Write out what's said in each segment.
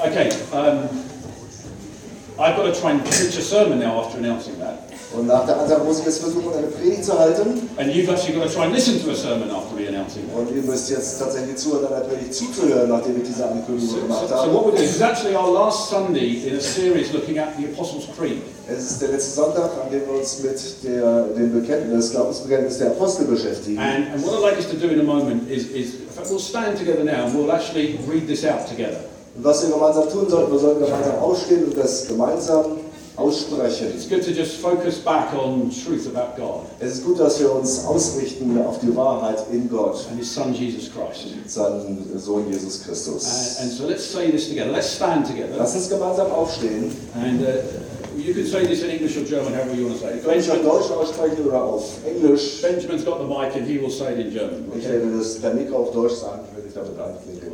Okay, um, I've got to try and preach a sermon now after announcing that. Und nach der Ansage muss ich jetzt versuchen, eine Predigt zu halten. And you've actually got to try and listen to a sermon after me announcing that. Und ihr müsst jetzt tatsächlich zuhören, einer Predigt zuzuhören, nachdem ich diese Ankündigung So, so- gemacht so what habe. we're doing, this is actually our last Sunday in a series looking at the Apostles' Creed. Es ist der letzte Sonntag, an dem wir uns mit der, dem Bekenntnis, Glaubensbekenntnis der Apostel beschäftigen. And, and what I'd like us to do in a moment is, is in fact, we'll stand together now and we'll actually read this out together. Und was wir gemeinsam tun sollten, wir sollten gemeinsam aufstehen und das gemeinsam aussprechen. It's good to just focus back on truth about God Es ist gut, dass wir uns ausrichten auf die Wahrheit in Gott, and His Son Jesus Christ. And, seinen Sohn Jesus and Christus. so let's say this together. Let's stand together. Lass uns gemeinsam aufstehen. And uh, you can say this in English or German, however you want to say Wir it. können es auf Benjamin, Deutsch aussprechen oder auf Englisch. Benjamin's got the mic and he will say it in German. Ich Okay? werde das der Nico auf Deutsch sagen, wenn ich damit anklinge.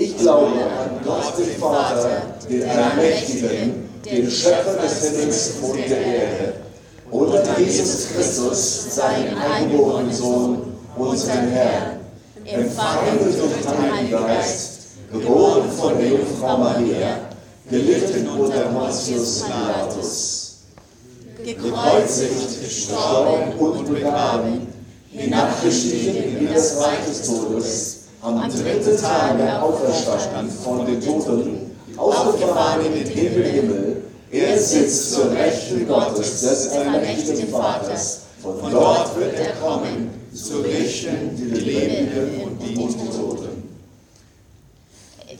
Ich glaube an Gott, den Vater, den Allmächtigen, den Schöpfer des Himmels und der Erde, und an Jesus Christus, seinen eingeborenen Sohn, unseren Herrn, empfangen durch den Heiligen Geist, geboren von der Jungfrau Maria, gelitten unter Pontius Pilatus, gekreuzigt, gestorben und begraben, hinabgestiegen in das Reich des Todes, am dritten Tage auferstanden von den Toten, aufgefahren in den Himmel, Himmel. Er sitzt zur Rechten Gottes, des allmächtigen Vaters. Von dort wird er kommen, zu richten die Lebenden und die Toten.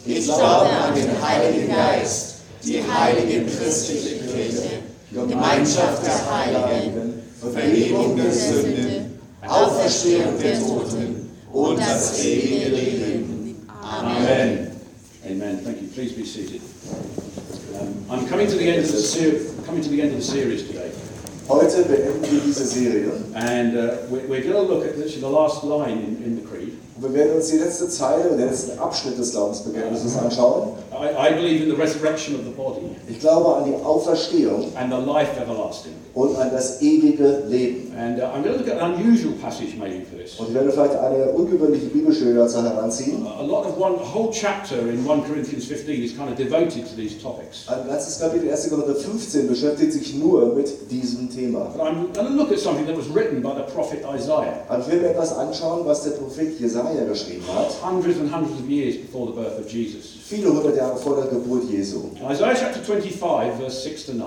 Ich glaube an den Heiligen Geist, die heilige christliche Kirche, Gemeinschaft der Heiligen, Vergebung der Sünden, Auferstehung der Toten und das ewige Leben. Amen. Amen. Amen. Thank you. Please be seated. Um, I'm coming to the end of the ser- coming to the end of the series today, Heute beenden wir diese Serie. and uh, we're, we're going to look at literally the last line in, in the creed. Wir werden uns die letzte Zeile und den letzten Abschnitt des Glaubensbekenntnisses anschauen. I, I believe in the resurrection of the body Ich glaube an die Auferstehung and the life everlasting. und an das ewige Leben. And uh, I'm going to look at an unusual passage maybe for this. Uh, Und ich werde vielleicht eine ungewöhnliche Bibelstelle dazu heranziehen. A lot of one a whole chapter in 1 Corinthians 15 is kind of devoted to these topics. Ein ganzes Kapitel 1. Korinther 15 beschäftigt sich nur mit diesem Thema. But I'm going to look at something that was written by the prophet Isaiah Aber ich will mir etwas anschauen, was der Prophet Jesaja geschrieben hat, hundreds and hundreds of years before the birth of Jesus. viele hundert Jahre vor der Geburt Jesu. Isaiah chapter 25, verse 6 to 9.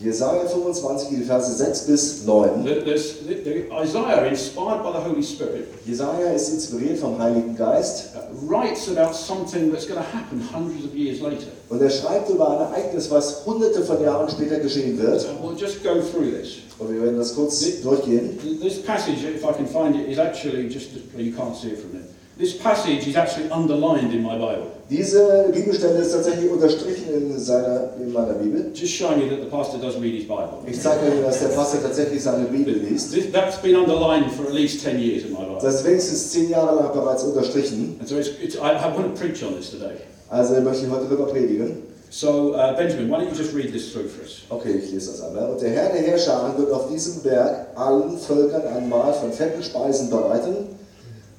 Jesaja 25, die Verse 6 bis 9. There- There's, the, the, Isaiah, inspired by the Holy Spirit, Jesaja ist inspiriert vom Heiligen Geist uh, writes about something that's going to happen hundreds of years later. und er schreibt über ein Ereignis, was hunderte von Jahren später geschehen wird. And we'll just go through this. Und wir werden das kurz durchgehen. This passage, if I can find it, is actually just, you can't see it from there. This passage is actually underlined in my Bible, Diese Bibelstelle ist tatsächlich unterstrichen in, seiner, in meiner Bibel. just showing you that the pastor does read his Bible. Ich zeige Ihnen, dass der Pastor tatsächlich seine Bibel liest. This, that's been underlined for at least 10 years in my Bible. Das ist wenigstens zehn Jahre lang bereits unterstrichen. And so it's, it's, I, I want to preach on this today. Also möchte ich heute drüber predigen. So, uh, Benjamin, why don't you just read this through for us? Okay, ich lese das einmal. Und der Herr der Herrscher wird auf diesem Berg allen Völkern ein Mahl von fetten Speisen bereiten.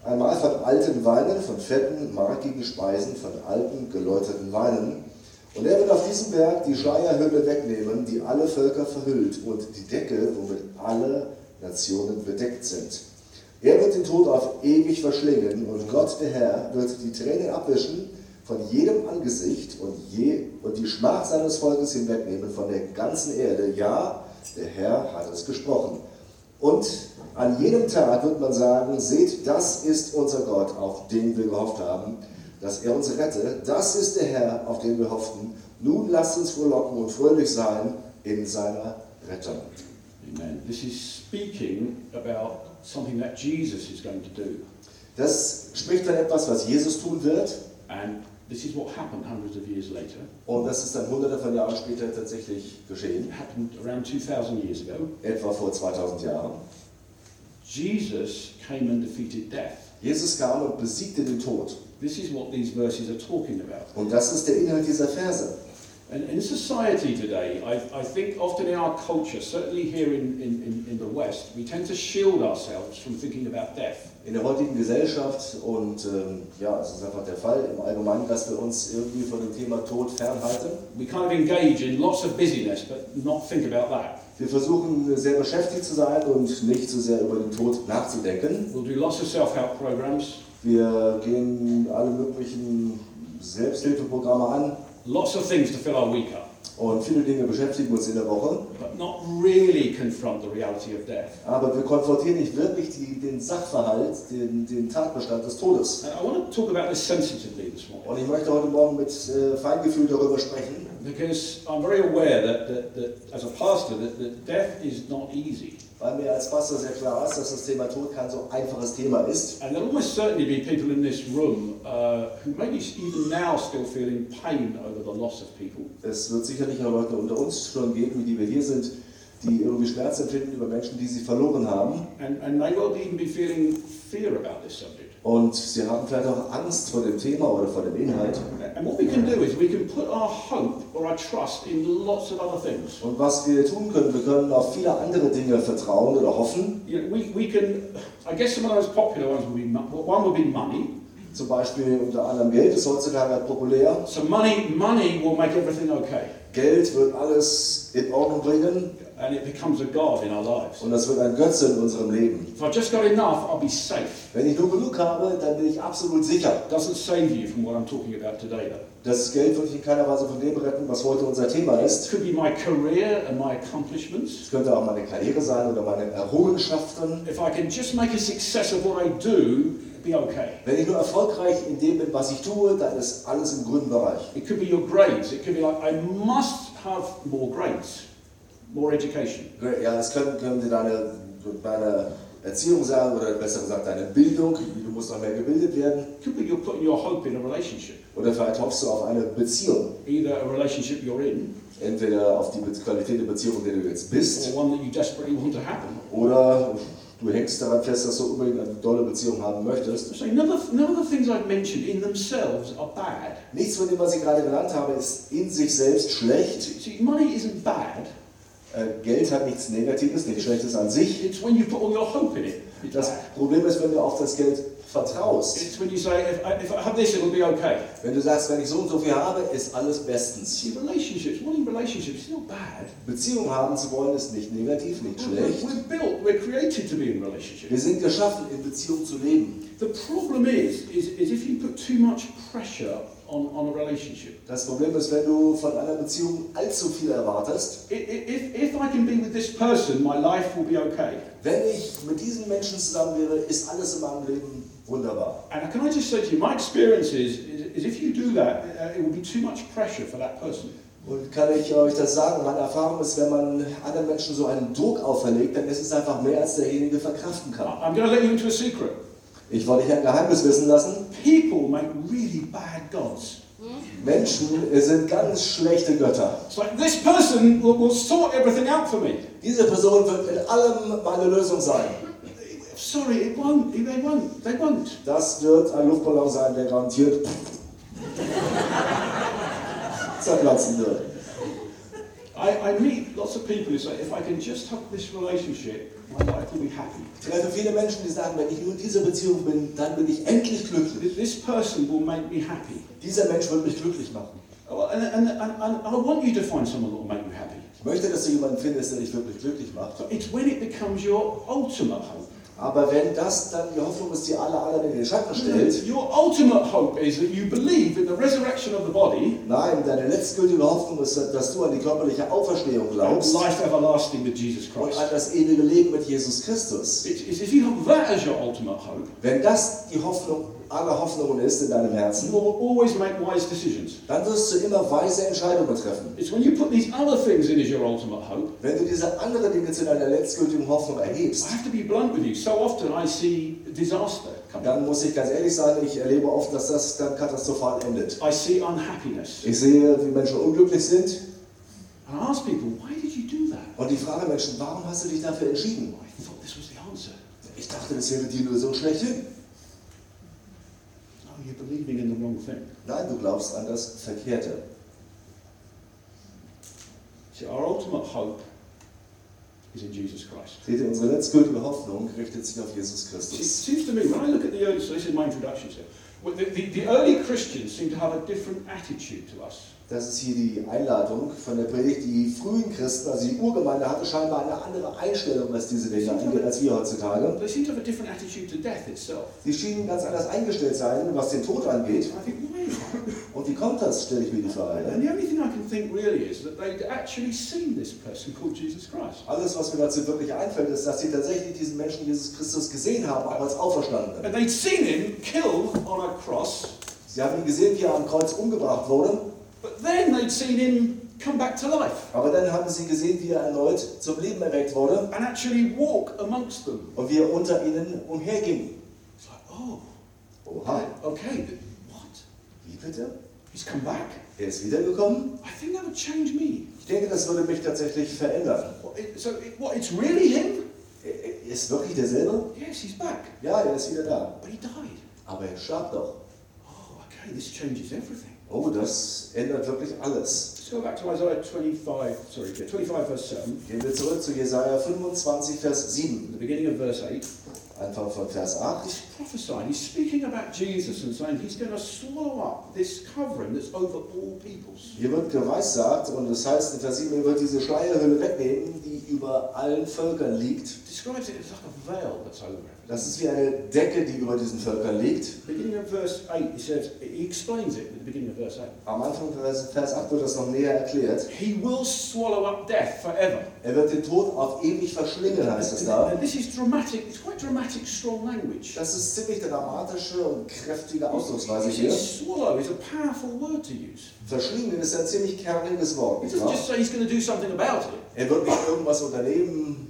Ein Mahl von alten Weinen, von fetten, markigen Speisen, von alten, geläuteten Weinen. Und er wird auf diesem Berg die Schleierhülle wegnehmen, die alle Völker verhüllt, und die Decke, womit alle Nationen bedeckt sind. Er wird den Tod auf ewig verschlingen, und Gott der Herr wird die Tränen abwischen von jedem Angesicht und, je, und die Schmach seines Volkes hinwegnehmen von der ganzen Erde. Ja, der Herr hat es gesprochen. Und an jedem Tag wird man sagen, seht, das ist unser Gott, auf den wir gehofft haben, dass er uns rette. Das ist der Herr, auf den wir hofften. Nun lasst uns frohlocken und fröhlich sein in seiner Rettung. Amen. This is speaking about something that Jesus is going to do. Das spricht dann etwas, was Jesus tun wird. And this is what happened hundreds of years later. Und das ist dann hunderte von Jahren später tatsächlich It geschehen. happened around 2,000 years ago. Etwa vor 2000 Jahren. Jesus came and defeated death. Jesus kam und besiegte den Tod. This is what these verses are talking about. Und das ist der Inhalt dieser Verse. And in society today, I, I think often in our culture, certainly here in, in, in, in the West, we tend to shield ourselves from thinking about death. In der heutigen Gesellschaft und ähm, ja, es ist einfach der Fall im Allgemeinen, dass wir uns irgendwie von dem Thema Tod fernhalten. We kind of engage in lots of busyness, but not think about that. Wir versuchen sehr beschäftigt zu sein und nicht so sehr über den Tod nachzudenken. We'll do lots of self help programs, Wir gehen alle möglichen Selbsthilfeprogramme an lots of things to fill our week up, und viele Dinge beschäftigen uns in der Woche. but not really confront the reality of death. Aber wir konfrontieren nicht wirklich die, den Sachverhalt, den, den Tatbestand des Todes. And I want to talk about this sensitively this morning Und ich möchte heute Morgen mit äh, Feingefühl darüber sprechen, because I'm very aware that, that, that as a pastor, that, that death is not easy. weil mir als Pastor sehr klar ist, dass das Thema Tod kein so einfaches Thema ist. And there'll almost certainly be people in this room uh, who maybe even now still feeling pain over the loss of people. Es wird sicherlich auch Leute unter uns schon geben, die wir hier sind, die irgendwie Schmerz empfinden über Menschen, die sie verloren haben. And, and they will even be feeling fear about this subject. Und sie haben vielleicht auch Angst vor dem Thema oder vor dem Inhalt. And what we can do is we can put our hope or our trust in lots of other things. Und was wir tun können, wir können auf viele andere Dinge vertrauen oder hoffen. You know, we, we can, I guess some of those popular ones would be, mo- one would be money. Zum Beispiel unter anderem Geld ist heutzutage populär. So money, money will make everything okay. Geld wird alles in Ordnung bringen And it becomes a God in our lives. und das wird ein Götze in unserem Leben. If I've just got enough, I'll be safe. Wenn ich nur genug habe, dann bin ich absolut sicher. Doesn't save you from what I'm talking about today, though. Das Geld wird mich in keiner Weise von dem retten, was heute unser Thema It ist. could be my career and my accomplishments. Es könnte auch meine Karriere sein oder meine Errungenschaften. If I can just make a success of what I do, it'll be okay. Wenn ich nur erfolgreich in dem bin, was ich tue, dann ist alles im grünen Bereich. It could be your grades. It could be like, I must have more grades, more education. Ja, es können, können dir deine, deine Erziehung sein oder besser gesagt deine Bildung. Du musst noch mehr gebildet werden. It could be you're putting your hope in a relationship, Oder vielleicht hoffst du auf eine Beziehung. either a relationship you're in Entweder auf die Be- Qualität der Beziehung, in der du jetzt bist, or one that you desperately want to happen. Oder du hängst daran fest, dass du unbedingt eine tolle Beziehung haben möchtest. So none of, none of the things I've mentioned in themselves are bad. Nichts von dem, was ich gerade genannt habe, ist in sich selbst schlecht. See, money isn't bad. Äh, Geld hat nichts Negatives, nichts Schlechtes an sich. It's when you put all your hope in it. It's, Das bad. Problem ist, wenn du auf das Geld vertraust. It's when you say, if I, if I have this, it'll be okay. Wenn du sagst, wenn ich so und so viel habe, ist alles bestens. See, relationships, wanting relationships is not bad. Beziehung haben zu wollen, ist nicht negativ, nicht We're, schlecht. we're built, we're created to be in relationships. Wir sind geschaffen, in Beziehung zu leben. The problem is, is, is if you put too much pressure on, on a relationship. Das Problem ist, wenn du von einer Beziehung allzu viel erwartest. I- i- If, if I can be with this person, my life will be okay. Wenn ich mit diesen Menschen zusammen wäre, ist alles in meinem Leben wunderbar. And can I just say to you, my experience is, is, is if you do that, uh, it will be too much pressure for that person. Und kann ich euch das sagen? Meine Erfahrung ist, wenn man anderen Menschen so einen Druck auferlegt, dann ist es einfach mehr, als derjenige verkraften kann. I- I'm going to let you into a secret. Ich wollte nicht ein Geheimnis wissen lassen. People make really bad gods. Menschen sind ganz schlechte Götter. It's like this person will, will sort everything out for me. Diese Person wird in allem meine Lösung sein. Sorry, it won't. They won't. They won't. Das wird ein Luftballon sein, der garantiert zerplatzen wird. I, I meet lots of people who say, if I can just have this relationship, my life will be happy. Ich treffe viele Menschen, die sagen, wenn ich nur in dieser Beziehung bin, dann bin ich endlich glücklich. Th- This person will make me happy. Dieser Mensch wird mich glücklich machen. Oh, And, and, and, and I want you to find someone that will make you happy. Ich möchte, dass du jemanden findest, der dich wirklich glücklich macht. But it's when it becomes your ultimate hope. Aber wenn das dann die Hoffnung ist, die alle anderen in den Schatten stellt, Your ultimate hope is that you believe in the resurrection of the body nein, deine letztgültige Hoffnung ist, dass du an die körperliche Auferstehung and glaubst life everlasting with Jesus und Christ. an das ewige Leben mit Jesus Christus. It's, it's if you have that as your ultimate hope, Wenn das die Hoffnung aller Hoffnungen ist in deinem you Herzen, will always make wise decisions. dann wirst du immer weise Entscheidungen treffen. It's when you put these other things in as your ultimate hope. Wenn du diese anderen Dinge zu deiner letztgültigen Hoffnung erhebst, I have to be blunt with you. So often I see disaster coming. dann muss ich ganz ehrlich sein, ich erlebe oft, dass das dann katastrophal endet. I see unhappiness. Ich sehe, wie Menschen unglücklich sind And I ask people, why did you do that? und ich frage Menschen, warum hast du dich dafür entschieden? I thought this was the answer. Ich dachte, das wäre die Lösung schlechthin. No, you're believing in the wrong thing. Nein, du glaubst an das Verkehrte. See, our ultimate hope is in Jesus Christ. Seht ihr, unsere letztgültige Hoffnung richtet sich auf Jesus It Christus. seems to me, when I look at the early, so this is my introduction to it. Well, The, the, the early Christians seem to have a different attitude to us. Das ist hier die Einladung von der Predigt. Die frühen Christen, also die Urgemeinde, hatte scheinbar eine andere Einstellung, was diese Dinge angeht, als wir heutzutage. They seem to have a different attitude to death itself. Sie schienen ganz anders eingestellt sein, was den Tod angeht. And I think, why is that? Und wie kommt das, stelle ich mir die Frage. ne? And the only thing I can think really is that they'd actually seen this person called Jesus Christ. Alles, was mir dazu wirklich einfällt, ist, dass sie tatsächlich diesen Menschen Jesus Christus gesehen haben, auch als Auferstandenen. And they'd seen him killed on a cross, Sie haben ihn gesehen, wie er am Kreuz umgebracht wurde, but then they'd seen him come back to life aber dann haben sie gesehen, wie er erneut zum Leben erweckt wurde and actually walk amongst them. und wie er unter ihnen umherging. It's like, oh, Oha, okay, th- what? wie bitte? He's come back? Er ist wiedergekommen? I think that would change me. Ich denke, das würde mich tatsächlich verändern. What, it, so, it, what, it's really him? Er Ist wirklich derselbe? Yes, he's back. Ja, er ist wieder da. But he died. Aber er starb doch. Oh, okay, this changes everything. Oh, das ändert wirklich alles. Let's go back to Isaiah 25, sorry, 25 verse 7, Gehen wir zurück zu Jesaja 25, Vers 7. the beginning of verse 8. Anfang von Vers 8. He's prophesying, he's speaking about Jesus and saying he's going to swallow up this covering that's over all peoples. Hier wird geweissagt, und das heißt in Vers 7, er wird diese Schleierhülle wegnehmen, die über allen Völkern liegt. Describes it as like a veil that's over everything. Das ist wie eine Decke, die über diesen Völkern liegt. Beginning of verse 8, he says, he explains it at the beginning of verse Am Anfang von Vers Vers 8 wird das noch näher erklärt. 8. He will swallow up death forever. Er wird den Tod auf ewig verschlingen, heißt es da. And this is dramatic, it's quite dramatic, strong language. Das ist ziemlich dramatische und kräftige Ausdrucksweise He hier. says swallow is a powerful word to use. Verschlingen ist ein ziemlich kerniges Wort. He Nicht doesn't wahr? just say he's going to do something about it. Er wird nicht irgendwas unternehmen,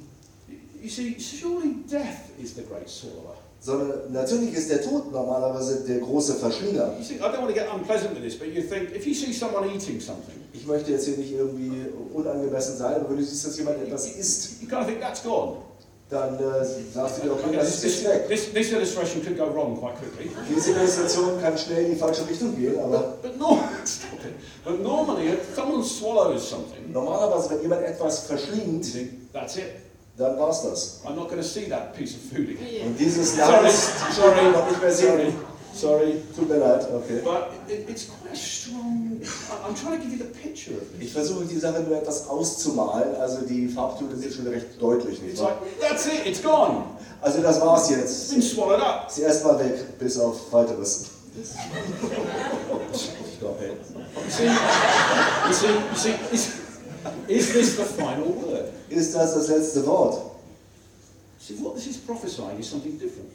You see, surely death is the great swallower. sondern natürlich ist der Tod normalerweise der große Verschlinger. You see, I don't want to get unpleasant with this, but you think if you see someone eating something, Ich möchte jetzt hier nicht irgendwie unangemessen sein, aber wenn du siehst, dass jemand etwas isst, You kind of think that's gone. dann äh, sagst du dir, okay, das This, ist jetzt weg. this, this illustration could go wrong quite quickly. Diese Illustration kann schnell in die falsche Richtung gehen, aber But, no, stop it. but normally, if someone swallows something, normalerweise, wenn jemand etwas you verschlingt, think, that's it. dann war's das. I'm not going to see that piece of food again. Und dieses Land Sorry, ist schon noch nicht mehr sorry, sorry, sehen. sorry. Tut mir leid, okay. But it, it's quite a strong. I- I'm trying to give you the picture of it. Ich versuche die Sache nur etwas auszumalen, also die Farbtöne sind schon recht deutlich, nicht It's wahr? like, that's it, it's gone. Also das war's It's jetzt. been swallowed up. Ist erstmal weg, bis auf weiteres. Stop it. You see, you see, you see is, is this the final word? Ist das das letzte Wort? See, what this is prophesying is something different.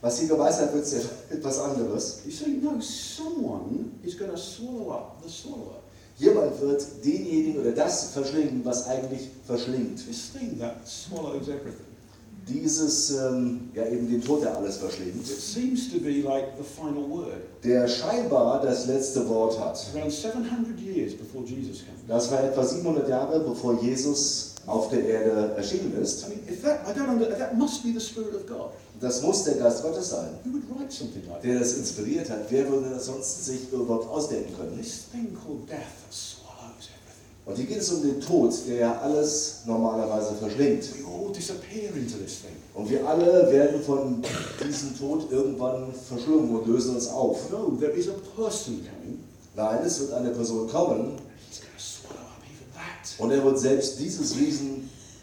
Was hier geweissert wird, ist etwas anderes. He's saying, no, someone is going to swallow up the swallower. Jemand wird denjenigen oder das verschlingen, was eigentlich verschlingt. This thing that swallows everything. Dieses, ähm, ja eben den Tod, der alles It verschlingt, seems to be like the final word. der scheinbar das letzte Wort hat. Around 700 years before Jesus came. Das war etwa 700 Jahre, bevor Jesus auf der Erde erschienen I ist. mean, if that, I don't under, that must be the Spirit of God. Das muss der Geist Gottes sein, Who would write something like that? der das inspiriert hat. Wer würde das sonst sich überhaupt ausdenken können? This thing called death that swallows everything. Und hier geht es um den Tod, der ja alles normalerweise verschlingt. We all disappear into this thing. Und wir alle werden von diesem Tod irgendwann verschlungen und lösen uns auf. No, Oh, there is a person coming. Nein, es wird eine Person kommen He's going to swallow up even that. und er wird selbst dieses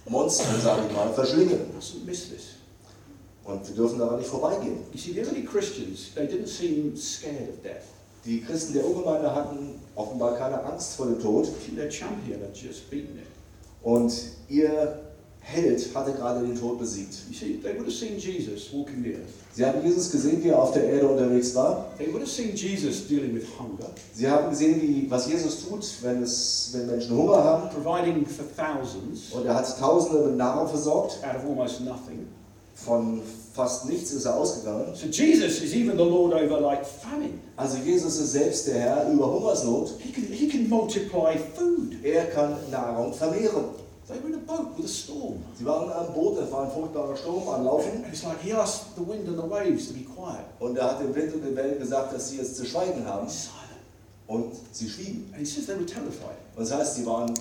Riesenmonster, sage ich mal, verschlingen. We mustn't miss this. Und wir dürfen daran nicht vorbeigehen. You see, the early Christians, they didn't seem scared of death. Die Christen der Urgemeinde hatten offenbar keine Angst vor dem Tod Their champion had just beaten it. und ihr Held hatte gerade den Tod besiegt. You see, they would have seen Jesus walking the earth. Sie haben Jesus gesehen, wie er auf der Erde unterwegs war. They would have seen Jesus dealing with hunger, Sie haben gesehen, wie, was Jesus tut, wenn, es, wenn Menschen Hunger haben. providing for thousands Und er hat Tausende mit Nahrung versorgt. out of almost nothing. Von fast nichts ist er ausgegangen. So Jesus is even the Lord over like famine. Also Jesus ist selbst der Herr über Hungersnot. He can, he can multiply food. Er kann Nahrung vermehren. They were in a boat with a storm. Sie waren am Boot, es war ein furchtbarer Sturm am Laufen. And it's like he asked the wind and the waves to be quiet. Und er hat dem Wind und den Wellen gesagt, dass sie jetzt zu schweigen haben. Silent. Und sie schwiegen. And he says they were terrified. Und das heißt, sie waren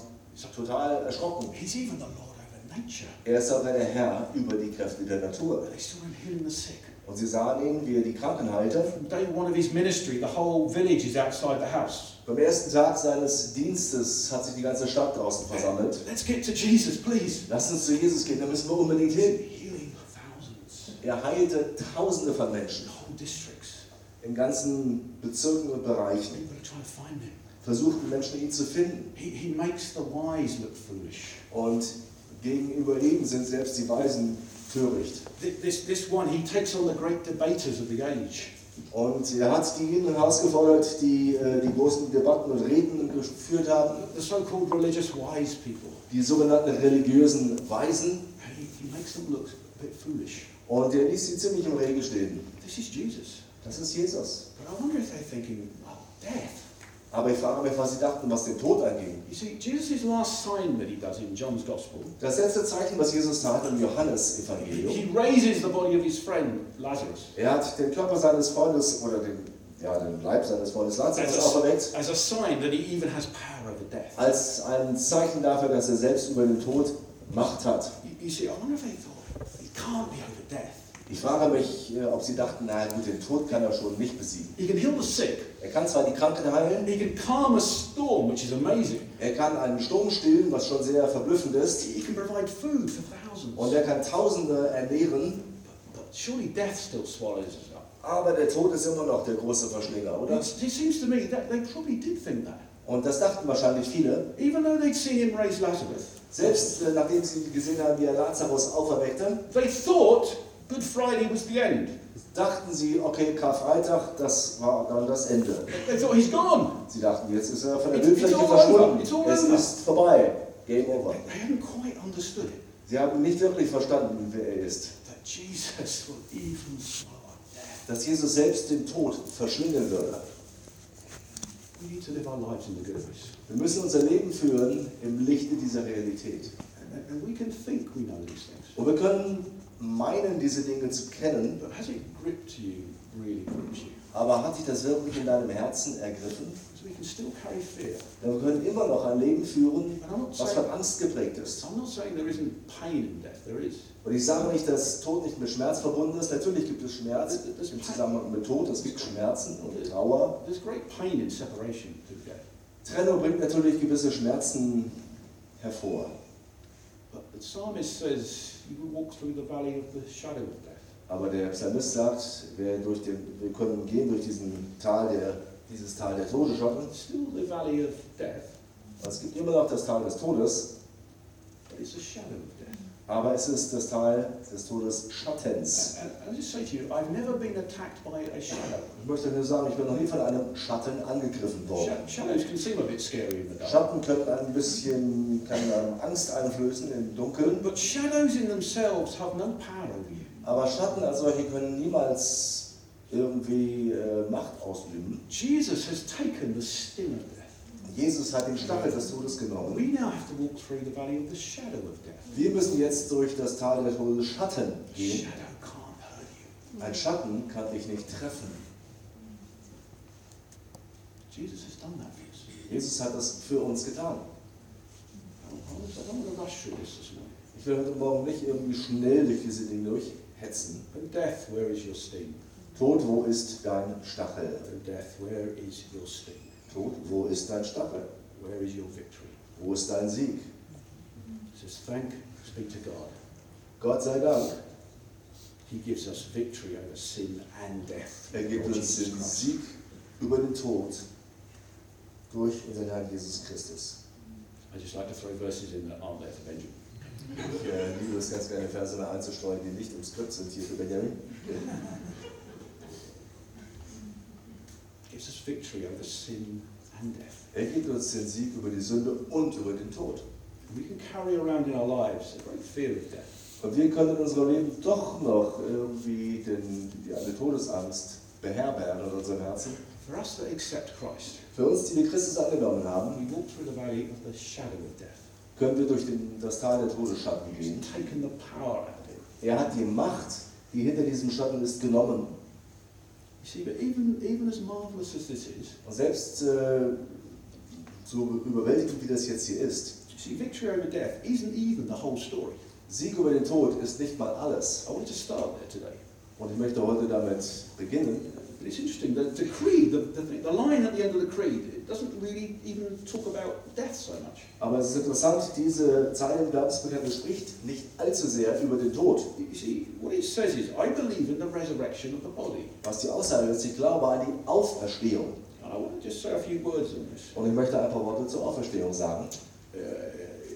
total erschrocken. He's even the Lord over nature. Er ist aber der Herr über die Kräfte der Natur. But they saw him healing the sick. Und sie sahen ihn, wie er die Kranken heilte. From day one of his ministry, the whole village is outside the house. Beim ersten Tag seines Dienstes hat sich die ganze Stadt draußen versammelt. Let's get to Jesus, please. Lasst uns zu Jesus gehen, da müssen wir unbedingt hin. Healing thousands, Er heilte Tausende von Menschen whole districts. in ganzen Bezirken und Bereichen. People are trying to find him. Versuchten Menschen ihn zu finden. He, he makes the wise look foolish. Und gegenüber ihm sind selbst die Weisen töricht. Th- This, this one, he takes on the great debaters of the age. Und er hat diejenigen herausgefordert, die äh, die großen Debatten und Reden geführt haben, The so-called religious wise people. die sogenannten religiösen Weisen. And he, he makes them look a bit foolish. Und er ließ sie ziemlich im Regen stehen. This is Jesus. Das ist Jesus. But I wonder if they're thinking, well, death. Aber ich frage mich, was sie dachten, was den Tod anging. You see, Jesus' last sign that he does in John's Gospel, Das letzte Zeichen, was Jesus tat he, im he Johannes-Evangelium, raises the body of his friend, Lazarus. er hat den Körper seines Freundes oder den, ja, den Leib seines Freundes Lazarus auferweckt, as a sign that he even has power over death. als ein Zeichen dafür, dass er selbst über den Tod Macht hat. You, you see, I wonder if they thought, he can't be over death. Ich frage mich, äh, ob sie dachten, na gut, den Tod kann er schon nicht besiegen. He can heal the sick. Er kann zwar die Kranken heilen, He can calm a storm, which is amazing. er kann einen Sturm stillen, was schon sehr verblüffend ist, He can provide food for thousands. und er kann Tausende ernähren, But surely death still swallows us up. aber der Tod ist immer noch der große Verschlinger, oder? It seems to me that they probably did think that. Und das dachten wahrscheinlich viele. Even though they'd seen him raise Lazarus, Selbst äh, nachdem sie gesehen haben, wie er Lazarus auferweckte, they thought Good Friday was the end. dachten sie, okay, Karfreitag, das war dann das Ende. They thought he's gone. Sie dachten, jetzt ist er von der It's- it's Bildfläche all over. verschwunden. It's all Es over. ist vorbei. Game over. They hadn't quite understood it Sie haben nicht wirklich verstanden, wer er ist. that Jesus will even swallow up death. Dass Jesus selbst den Tod verschlingen würde. We need to live our lives in the goodness. Wir müssen unser Leben führen im Lichte dieser Realität. And, and we can think we know these things. Und wir können meinen, diese Dinge zu kennen, But has it gripped you, really gripped you? aber hat dich das wirklich in deinem Herzen ergriffen? Because we can still carry fear. Denn wir können immer noch ein Leben führen, And I'm not was saying, von Angst geprägt ist. I'm not saying there isn't pain in death, there is. Und ich sage nicht, dass Tod nicht mit Schmerz verbunden ist. Natürlich gibt es Schmerz im Zusammenhang mit Tod. Es gibt Schmerzen und Trauer. There's great pain in separation through death. Trennung bringt natürlich gewisse Schmerzen hervor. But the psalmist says, You will walk through the valley of the shadow of death. Aber der Psalmist sagt, wer durch den, wir können gehen durch diesen Tal der, dieses Tal der Todesschatten. It's still the valley of death, Es gibt immer noch das Tal des Todes, but it's a shadow of death. aber es ist das Tal des Todes Schattens. And, and I just say to you, I've never been attacked by a shadow. Ich möchte nur sagen, ich bin noch nie von einem Schatten angegriffen worden. Sh- shadows can seem a bit scary in the dark. Schatten können ein bisschen können einem Angst einflößen im Dunkeln. But shadows in themselves have no power over you. Aber Schatten als solche können niemals irgendwie äh, Macht ausüben. Jesus has taken the sting of death. Jesus hat den Stachel des Todes genommen. We now have to walk through the valley of the shadow of death. Wir müssen jetzt durch das Tal der Todes Schatten gehen. Shadow can't hurt you. Ein Schatten kann dich nicht treffen. Jesus has done that for us. Jesus hat das für uns getan. I don't- I don't want to rush through this this morning. Ich will heute Morgen nicht irgendwie schnell durch diese Dinge durchhetzen. But death, where is your sting? Tod, wo ist dein Stachel? Oh, death, where is your sting? Tod, wo ist dein Stachel? Where is your victory? Wo ist dein Sieg? Just thank, speak to God. Gott sei Dank, He gives us victory over sin and death. er gibt Lord uns Jesus den Christ. Sieg über den Tod durch unseren Herrn Jesus Christus. I just like to throw verses in that aren't there for Benjamin. Ich äh, liebe es ganz gerne, Verse da einzustreuen, die nicht im Skript sind hier für Benjamin. Gives us victory over sin and death. Er gibt uns den Sieg über die Sünde und über den Tod. We can carry around in our lives a great fear of death. Und wir können in unserem Leben doch noch irgendwie den, die eine Todesangst beherbergen in unserem Herzen. For us that accept Christ, Für uns, die wir Christus angenommen haben, we walk through the valley of the shadow of death. können wir durch den, das Tal der Todesschatten gehen. He's taken the power out of it. Er hat die Macht, die hinter diesem Schatten ist, genommen. You see, but even, even as marvellous as this is, Und selbst äh, so überwältigend, wie das jetzt hier ist, See, victory over death isn't even the whole story. Sieg über den Tod ist nicht mal alles. I want to start there today. Und ich möchte heute damit beginnen. But it's interesting that the creed, the, the, thing- the line at the end of the creed, it doesn't really even talk about death so much. Aber es ist interessant, diese Zeile im Glaubensbekenntnis spricht nicht allzu sehr über den Tod. You see, what it says is, I believe in the resurrection of the body. Was die Aussage ist, ich glaube an die Auferstehung. And I want to just say a few words on this. Und ich möchte ein paar Worte zur Auferstehung sagen. Uh,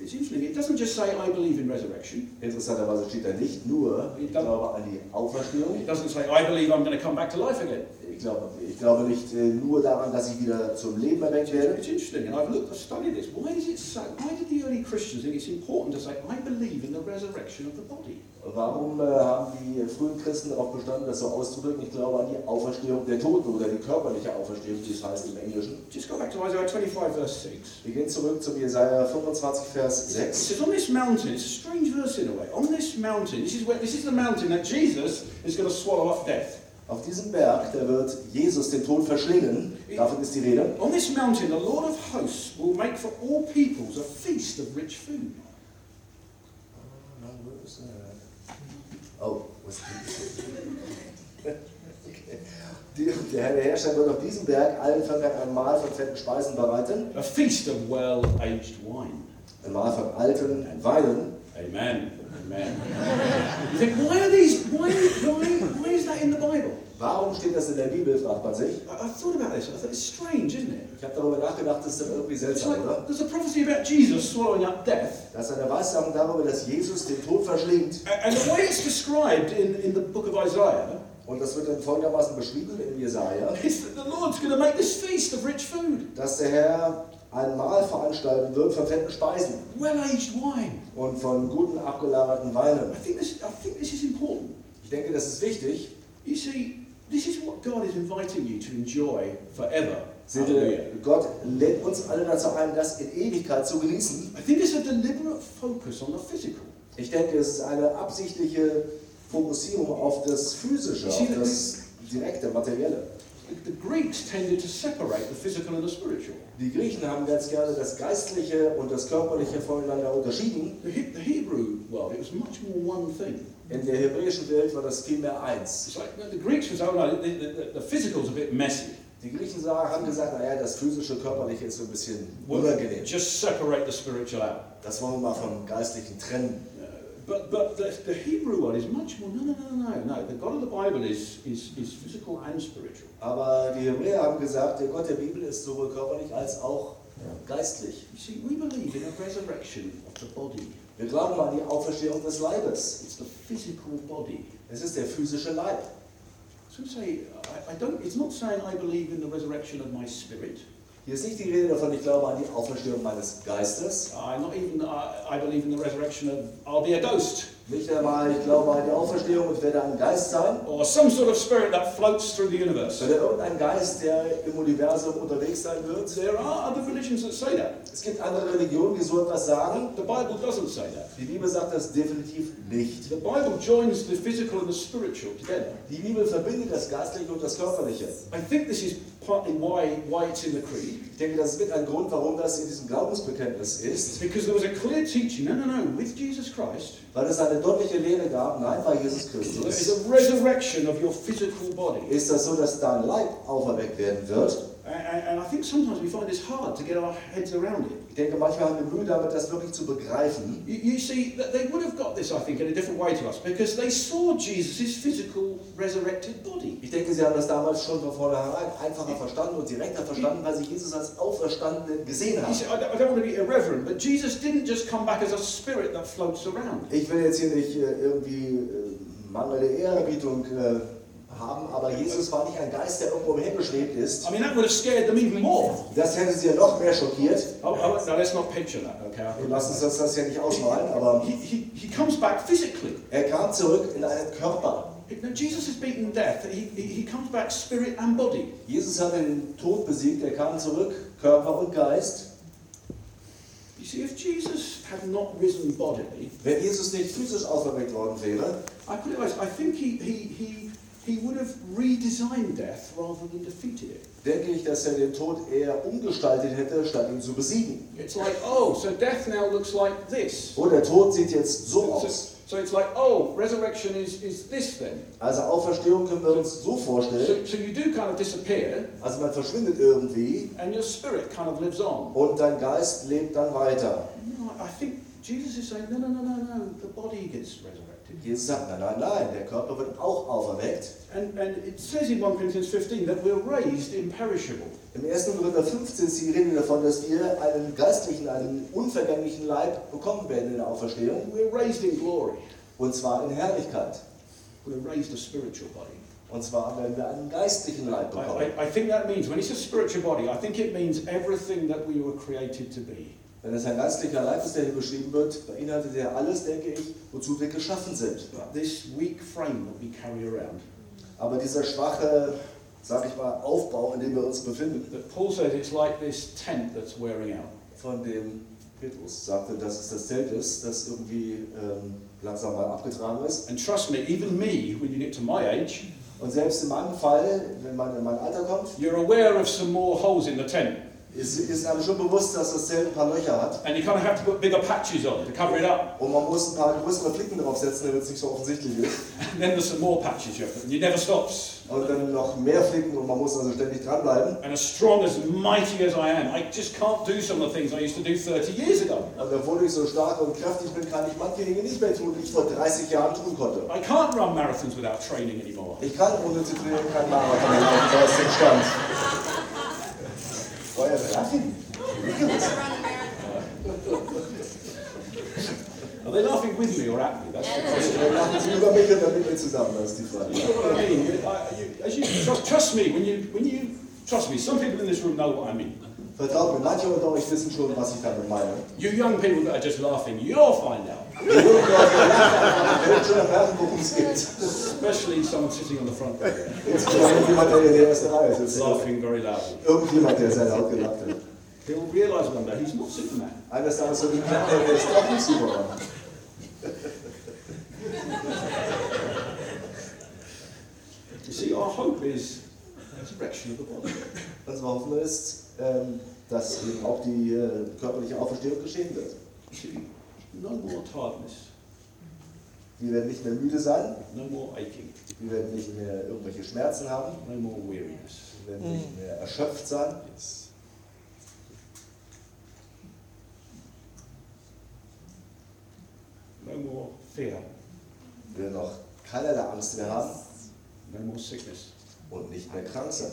it's interesting, it doesn't just say, I believe in resurrection. Interessanterweise steht da nicht nur, ich glaube an die It Auferstehung. doesn't say, I believe I'm going to come back to life again. Ich glaube, ich glaube nicht äh, nur daran, dass ich wieder zum Leben erweckt werde. It's interesting, and I've looked, I've studied this. Why is it so? Why did the early Christians think it's important to say, I believe in the resurrection of the body? Warum äh, haben die frühen Christen darauf bestanden, das so auszudrücken? Ich glaube an die Auferstehung der Toten oder die körperliche Auferstehung, wie es heißt im Englischen. Just go back to Isaiah 25, verse 6. Wir gehen zurück zum Jesaja 25, Vers It 6. says, on this mountain, it's a strange verse in a way, on this mountain, this is, where, this is the mountain that Jesus is going to swallow up death. Auf diesem Berg, da wird Jesus den Tod verschlingen. Davon ist die Rede. On this mountain, the Lord of hosts will make for all peoples a feast of rich food. Oh, was die, Der Herr der Herrscher wird auf diesem Berg allen Völkern ein Mahl von fetten Speisen bereiten. A feast of well aged wine. Ein Mahl von alten Weinen. Amen. Amen. you think, why are these, why, why, why is that in the Bible? Warum steht das in der Bibel, fragt man sich. I- I've thought about this. I thought it's strange, isn't it? Ich habe darüber nachgedacht, das ist doch irgendwie It's seltsam, like oder? there's a prophecy about Jesus swallowing up death, Das ist eine Weissagung darüber, dass Jesus den Tod verschlingt. A- and the way it's described in, in the book of Isaiah Und das wird dann folgendermaßen beschrieben in Jesaja, is that the Lord's going to make this feast of rich food, dass der Herr ein Mahl veranstalten wird von fetten Speisen well-aged wine. und von guten abgelagerten I Weinen. think this, I think this is important. Ich denke, das ist wichtig, You see, this is what God is inviting you to enjoy forever. Seht ihr, Hallelujah. Gott lädt uns alle dazu ein, das in Ewigkeit zu genießen. I think it's a deliberate focus on the physical. Ich denke, es ist eine absichtliche Fokussierung auf das Physische, auf das direkte, Materielle. The- The Greeks tended to separate the physical and the spiritual. Die Griechen haben ganz gerne das Geistliche und das Körperliche voneinander unterschieden. The, He- the Hebrew world, it was much more one thing. In der hebräischen Welt war das vielmehr eins. It's like the Greeks was, oh no, the, the, the- the physical's a bit messy. Die Griechen sagen, haben gesagt, naja, das physische, körperliche ist so ein bisschen unangenehm. Just separate the spiritual out. Das wollen wir mal vom Geistlichen trennen. Uh, but but the, the Hebrew one is much more, no, no, no, no, no, no. The God of the Bible is, is, is physical and spiritual. Aber die Hebräer haben gesagt, der Gott der Bibel ist sowohl körperlich als auch geistlich. You see, we believe in a resurrection of the body. Wir glauben an die Auferstehung des Leibes. It's the physical body. Es ist der physische Leib. So say, I, I don't, it's not saying I believe in the resurrection of my spirit. Hier ist nicht die Rede davon, ich glaube an die Auferstehung meines Geistes. i not even, I, I believe in the resurrection of, I'll be a ghost. Nicht einmal, ich glaube an die Auferstehung und werde ein Geist sein. Or some sort of spirit that floats through the universe. Sondern irgendein Geist, der im Universum unterwegs sein wird. There are other religions that say that. Es gibt andere Religionen, die so etwas sagen. The Bible doesn't say that. Die Bibel sagt das definitiv nicht. The Bible joins the physical and the spiritual together. Die Bibel verbindet das Geistliche und das Körperliche. I think this is partly why, why it's in the creed. Ich denke, das ist mit ein Grund, warum das in diesem It's Glaubensbekenntnis ist. because there was a clear teaching, no, no, no, with Jesus Christ, Weil es eine deutliche Lehre gab, nein, bei Jesus there Christus. is a resurrection of your physical body. ist das so, dass dein Leib auferweckt werden wird. And, and and I think sometimes we find it's hard to get our heads around it. Ich denke, manchmal haben wir Mühe damit, das wirklich zu begreifen. You, you see, that they would have got this, I think, in a different way to us because they saw Jesus' physical resurrected body. Ich denke, sie haben das damals schon von vornherein einfacher verstanden und direkter verstanden, weil sie Jesus als Auferstandenen gesehen You haben. see, I don't, I don't want to be irreverent, but Jesus didn't just come back as a spirit that floats around. Ich will jetzt hier nicht äh, irgendwie äh, mangelnde Ehrerbietung äh, haben, aber Jesus war nicht ein Geist, der irgendwo im Himmel schwebt ist. I mean, that would have scared them even more. Das hätte sie ja noch mehr schockiert. Oh, oh, now let's not picture that, okay? I Und think lass uns das, das ja nicht ausmalen, that's- aber He, he, he comes back physically. er kam zurück in einen Körper. Now, Jesus has beaten death. He, he, he comes back spirit and body. Jesus hat den Tod besiegt, er kam zurück, Körper und Geist. You see, if Jesus had not risen bodily, Wenn Jesus nicht physisch auferweckt worden wäre, I put it like this, I think he, he, he, he would have redesigned death rather than defeated it. denke ich, dass er den Tod eher umgestaltet hätte, statt ihn zu besiegen. It's like, oh, so death now looks like this. Oh, der Tod sieht jetzt so So, aus. so it's like, oh, resurrection is, is this then. Also Auferstehung können wir uns so vorstellen. So, so you do kind of disappear, Also man verschwindet irgendwie and your spirit kind of lives on. und dein Geist lebt dann weiter. No, I I think Jesus is saying, no, no, no, no, no, the body gets resurrected. Jesus sagt, nein, nein, nein, der Körper wird auch auferweckt. And, and it says in 1 Corinthians 15 that we're raised imperishable. Im 1. Korinther 15 ist die Rede davon, dass wir einen geistlichen, einen unvergänglichen Leib bekommen werden in der Auferstehung. We're raised in glory. Und zwar in Herrlichkeit. We're raised a spiritual body. Und zwar werden wir einen geistlichen Leib I, bekommen. I, I think that means, when he says spiritual body, I think it means everything that we were created to be. Wenn es ein geistlicher Leib ist, der hier beschrieben wird, beinhaltet er alles, denke ich, wozu wir geschaffen sind. But this weak frame that we carry around. Aber dieser schwache, sag ich mal, Aufbau, in dem wir uns befinden, That Paul says it's like this tent that's wearing out. von dem Petrus sagte, dass es das Zelt ist, das irgendwie ähm, langsam mal abgetragen ist. And trust me, even me, when you get to my age, Und selbst in meinem Fall, wenn man in mein Alter kommt, you're aware of some more holes in the tent. ist, ist einem schon bewusst, dass das Zelt ein paar Löcher hat. And you kind of have to put bigger patches on to cover it up. Und man muss ein paar größere Flicken draufsetzen, damit es nicht so offensichtlich ist. And then there's some more patches you have to put. and It never stops. Und dann noch mehr Flicken und man muss also ständig dranbleiben. And as strong, as mighty as I am, I just can't do some of the things I used to do 30 years ago. Und obwohl ich so stark und kräftig bin, kann ich manche Dinge nicht mehr tun, die ich vor 30 Jahren tun konnte. I can't run marathons without training anymore. Ich kann ohne zu trainieren kein Marathon mehr laufen, da ist im Stand. Euer Raffen? Never run a marathon. Are they laughing with me or at me? That's the question. Dann lachen Sie über mich und dann mit mir zusammen, das ist die Frage. You know what I mean? You- I- you- as you- trust, trust me, when you, when you trust me, some people in this room know what I mean. Vertraut mir, manche unter euch wissen schon, was ich damit meine. You young people that are just laughing, you'll find out. Ihr jungen Leute, ihr lacht, aber ihr werdet schon erfahren, worum es geht. Especially someone sitting on the front row, Insbesondere jemand, der in der ersten Reihe sitzt. laughing very loudly. Irgendjemand, der sehr laut gelacht hat. He'll realise one day he's not Superman. Eines Tages so die Karte, der ist doch nicht super. You see, our hope is resurrection of the body. Unsere Hoffnung ist, ähm, dass eben auch die äh, körperliche Auferstehung geschehen wird. You see, no more tiredness, Wir werden nicht mehr müde sein, no more aching, wir werden nicht mehr irgendwelche Schmerzen haben, no more weariness. wir werden nicht mehr erschöpft sein. No more fear, Wir werden auch keinerlei Angst mehr haben no more sickness. und nicht mehr krank sein.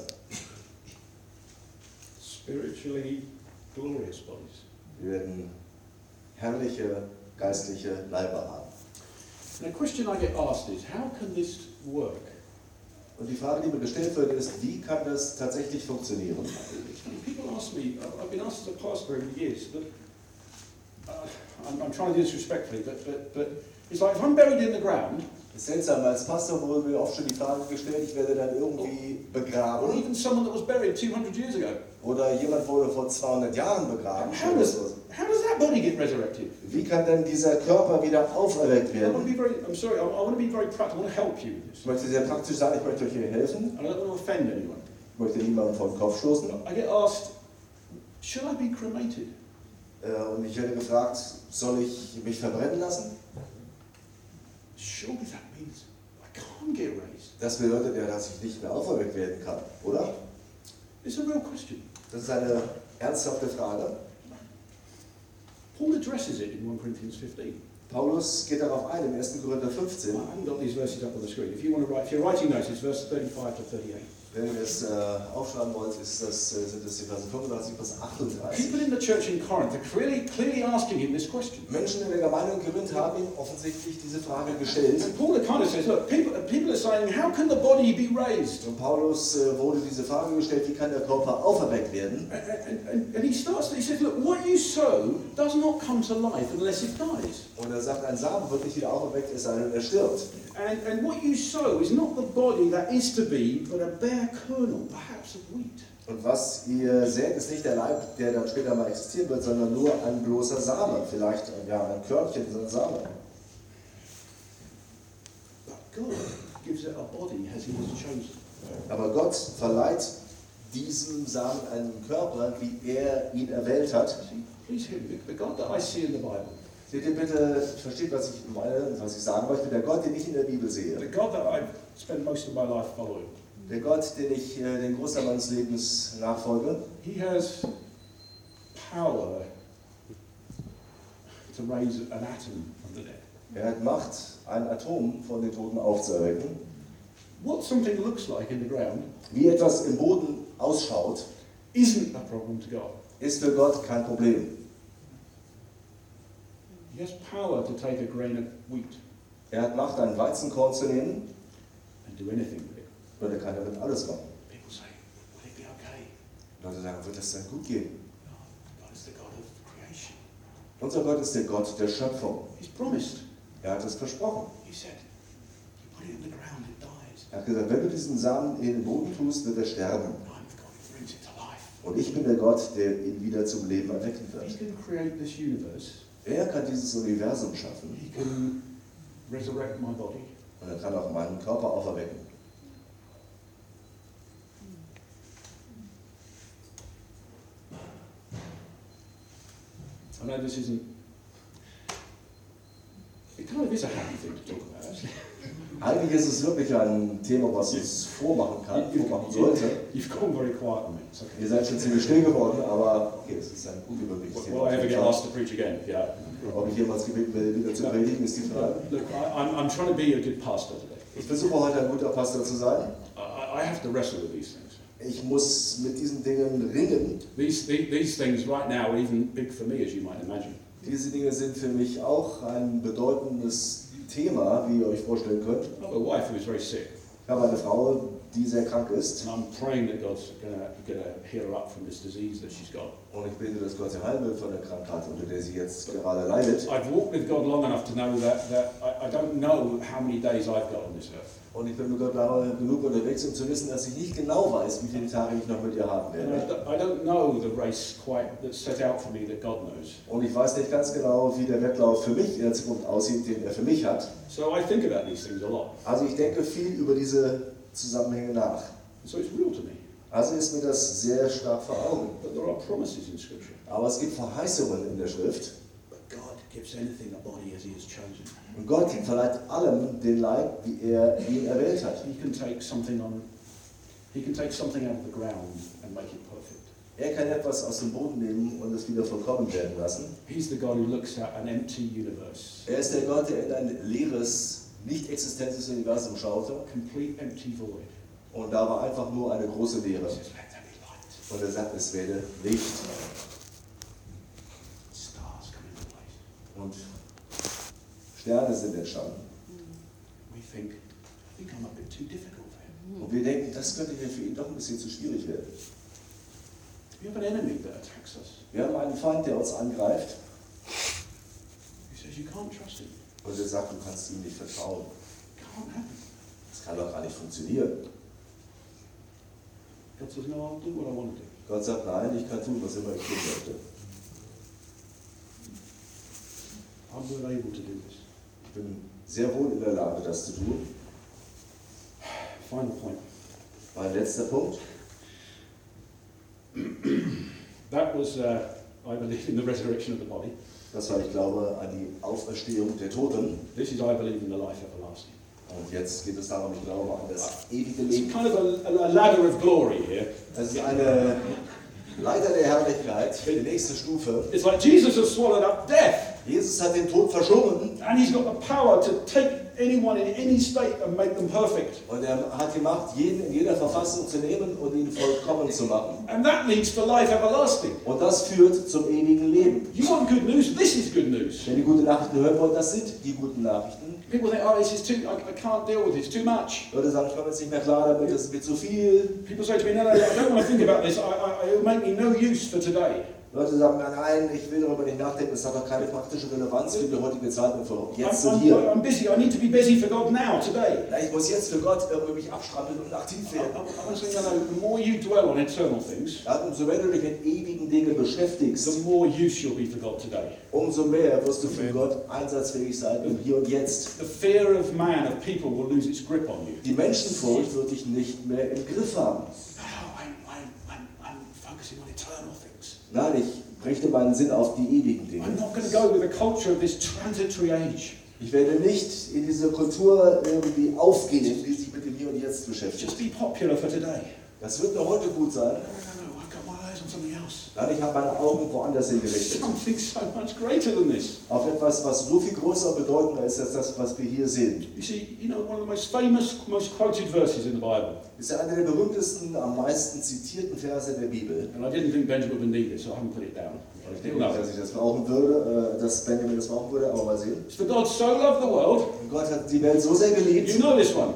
Spiritually glorious bodies. Wir werden herrliche geistliche Leiber haben. And a question I get asked is, how can this work? Und die Frage, die mir gestellt wird, ist, wie kann das tatsächlich funktionieren? People ask me, I- I've been asked as a pastor over the years, but uh, I'm, I'm trying to do this respectfully, but, but, but it's like if I'm buried in the ground, Das ist seltsam, als Pastor wurde mir oft schon die Frage gestellt, ich werde dann irgendwie or begraben even someone that was buried 200 years ago, oder jemand wurde vor 200 Jahren begraben. how does, how does that body get resurrected? Wie kann denn dieser Körper wieder auferweckt I want werden? to be very, I'm sorry, I, I want to be very practical, I want to help you with Ich this. möchte sehr praktisch sein, ich möchte euch hier helfen, And I don't want to offend anyone. ich möchte niemanden vor den Kopf stoßen. I get asked, should I be cremated? Äh, Und ich werde gefragt, soll ich mich verbrennen lassen? Surely that means I can't get raised. Das bedeutet ja, dass ich nicht mehr auferweckt werden kann, oder? It's a real question. Das ist eine ernsthafte Frage. Paul addresses it in 1 Corinthians 15. Paulus geht darauf ein im 1. Korinther 15. I haven't got these verses up on the screen. If you want to write, if you're writing notes, it's verse 35 to 38. Wenn ihr es äh, aufschreiben wollt, ist das, äh, sind das die Verse 35 bis 38. People in the church in Corinth are clearly, clearly asking him this question. Menschen in der Gemeinde in Korinth haben ihm offensichtlich diese Frage gestellt. And Paul kind of says, look, people, people are saying, how can the body be raised? Und Paulus äh, wurde diese Frage gestellt, wie kann der Körper auferweckt werden? And, and- and, and he starts, he says, look, what you sow does not come to life unless it dies. Und er sagt, ein Samen wird nicht wieder auferweckt, es sei denn, er stirbt. And, and what you sow is not the body that is to be, but a bare kernel, perhaps of wheat. Und was ihr seht, ist nicht der Leib, der dann später mal existieren wird, sondern nur ein bloßer Same. Vielleicht äh, ja, ein Körnchen, so ein Same. But God gives a that are body as he was chosen. Aber Gott verleiht diesem Samen einen Körper, wie er ihn erwählt hat. See, please hear me. The God that I see in the Bible, Seht ihr bitte, versteht, was ich meine und was ich sagen möchte? Der Gott, den ich in der Bibel the sehe, God that I've spent most of my life following, der Gott, den ich äh, den Großteil meines Lebens nachfolge, he has power to raise an atom from the dead. er hat Macht, ein Atom von den Toten aufzuerwecken. What something looks like in the ground Wie etwas im Boden ausschaut, isn't a problem to God. ist für Gott kein Problem. He has power to take a grain of wheat Er hat Macht, ein Weizenkorn zu nehmen and do anything with it. und er kann damit alles machen. People say, will it be okay? Leute sagen, wird das dann gut gehen? No, God is the God of creation. Unser Gott ist der Gott der Schöpfung. He's promised. Er hat es versprochen. He said, you put it in the ground, it dies. Er hat gesagt, wenn du diesen Samen in den Boden tust, wird er sterben. And I'm the God who brings it to life. Und ich bin der Gott, der ihn wieder zum Leben erwecken He's wird. going to create this universe. Er kann dieses Universum schaffen He can resurrect my body. und er kann auch meinen Körper auferwecken. I know this isn't. It kind of is a happy thing to talk about, actually. Eigentlich ist es wirklich ein Thema, was uns vormachen kann, vormachen sollte. You've gone very quiet on me. It's okay. Ihr seid schon ziemlich still geworden, aber okay, es ist ein unüberwältigendes Will I ever get Thema. asked to preach again? Yeah. Ob ich jemals gebeten werde, wieder zu predigen, ist die Frage. Look, I, I'm, I'm trying to be a good pastor today. Ich versuche heute ein guter Pastor zu sein. I- I, I have to wrestle with these things. Ich muss mit diesen Dingen ringen. These, the- these things right now are even big for me, as you might imagine. Diese Dinge sind für mich auch ein bedeutendes Thema, wie ihr euch vorstellen könnt. I've got a wife who is very sick, Ich habe eine Frau, die sehr krank ist. and I'm praying that God's going to heal her up from this disease that she's got. Und ich bete, dass Gott sie heilen will von der Krankheit, unter der sie jetzt gerade leidet. I've walked with God long enough to know that, that I, I don't know how many days I've got on this earth. Und ich bin mit Gott lange genug unterwegs, um zu wissen, dass ich nicht genau weiß, wie viele Tage ich noch mit ihr haben And I, werde. d- I don't know the race quite that's set out for me that God knows. Und ich weiß nicht ganz genau, wie der Wettlauf für mich in der Zukunft aussieht, den er für mich hat. So I think about these things a lot. Also ich denke viel über diese Zusammenhänge nach. So it's real to me. Also ist mir das sehr stark vor Augen. But there are promises in Scripture. Aber es gibt Verheißungen in der Schrift. But God gives anything a body as He has chosen. Und Gott verleiht allem den Leib, wie er ihn erwählt hat. He can take something on. He can take something out of the ground and make it perfect. Er kann etwas aus dem Boden nehmen und es wieder vollkommen werden lassen. He's the God who looks at an empty universe, Er ist der Gott, der in ein leeres, nicht existentes Universum schaute a complete empty void. und da war einfach nur eine große Leere. He says, "Let there be light." Und er sagt, es werde Licht Stars come into place. und Sterne sind entstanden. We think, I think I'm a bit too difficult for him. Und wir denken, das könnte hier für ihn doch ein bisschen zu schwierig werden. We have an enemy that attacks us. Wir haben einen Feind, der uns angreift He says, you can't trust him. und der sagt, du kannst ihm nicht vertrauen. Can't happen. Das kann doch gar nicht funktionieren. God says, no, I'll do what I want to do. Gott sagt, nein, ich kann tun, was immer ich tun möchte. I'm well able to do this. Ich bin sehr wohl in der Lage, das zu tun. Final point. Mein letzter Punkt. That was, uh, I believe in the resurrection of the body. Das war, ich glaube, an die Auferstehung der Toten. This is, I believe, in the life everlasting. Und jetzt geht es darum, ich glaube, an das ewige It's Leben. kind of a, a ladder of glory here. Es ist eine Leiter der Herrlichkeit, die nächste Stufe. It's like Jesus has swallowed up death, Jesus hat den Tod verschlungen and he's got the power to take anyone in any state and make them perfect. und er hat die Macht, jeden in jeder Verfassung zu nehmen und ihn vollkommen zu machen. And that leads to life everlasting. Und das führt zum ewigen Leben. You want good news? This is good news. Wenn ihr gute Nachrichten hören wollt, das sind die guten Nachrichten. People think, oh, this is too, I, I can't deal with this, too much. Leute sagen, ich komme jetzt nicht mehr klar damit, das ist mir zu viel. People say to me, no, no, I don't want to think about this, I, I, it'll make me no use for today. Leute sagen, "Na, nein, ich will darüber nicht nachdenken, das hat doch keine praktische Relevanz für die heutige Zeit und für jetzt I'm- und I'm- hier. I'm busy. I need to be busy for God now, today. Na, ich muss jetzt für Gott irgendwie mich abstrampeln und aktiv I, I, werden. I want to say, you know, the more you dwell on eternal things, Ja, umso mehr du dich mit ewigen Dingen the beschäftigst, more use you'll be for God today. umso mehr wirst du für Gott einsatzfähig sein im Hier und Jetzt. The fear of man, of people, will lose its grip on you. Die Menschenfurcht wird dich nicht mehr im Griff No, haben. I'm, I'm, I'm, I'm focusing on eternal things. Nein, ich richte meinen Sinn auf die ewigen I'm Dinge. not going to go with the culture of this transitory age. Ich werde nicht in diese Kultur irgendwie aufgehen, die sich mit dem Hier und Jetzt beschäftigt. Just be popular for today. Das wird mir heute gut sein. No, no, no, I've got my eyes on something else. Nein, ich habe meine Augen woanders hingerichtet. Something so much greater than this. Auf etwas, was so viel größer und bedeutender ist, als das, was wir hier sehen. You see, you know, one of the most famous, most quoted verses in the Bible, Ist ja einer der berühmtesten, am meisten zitierten Verse der Bibel. and I didn't think Benjamin would need it, so I haven't put it down. I Ich still denke love nicht, dass it. ich das brauchen würde, äh, dass Benjamin das brauchen würde, aber mal sehen. It's for God so loved the world, Und Gott hat die Welt so sehr you geliebt, know this one.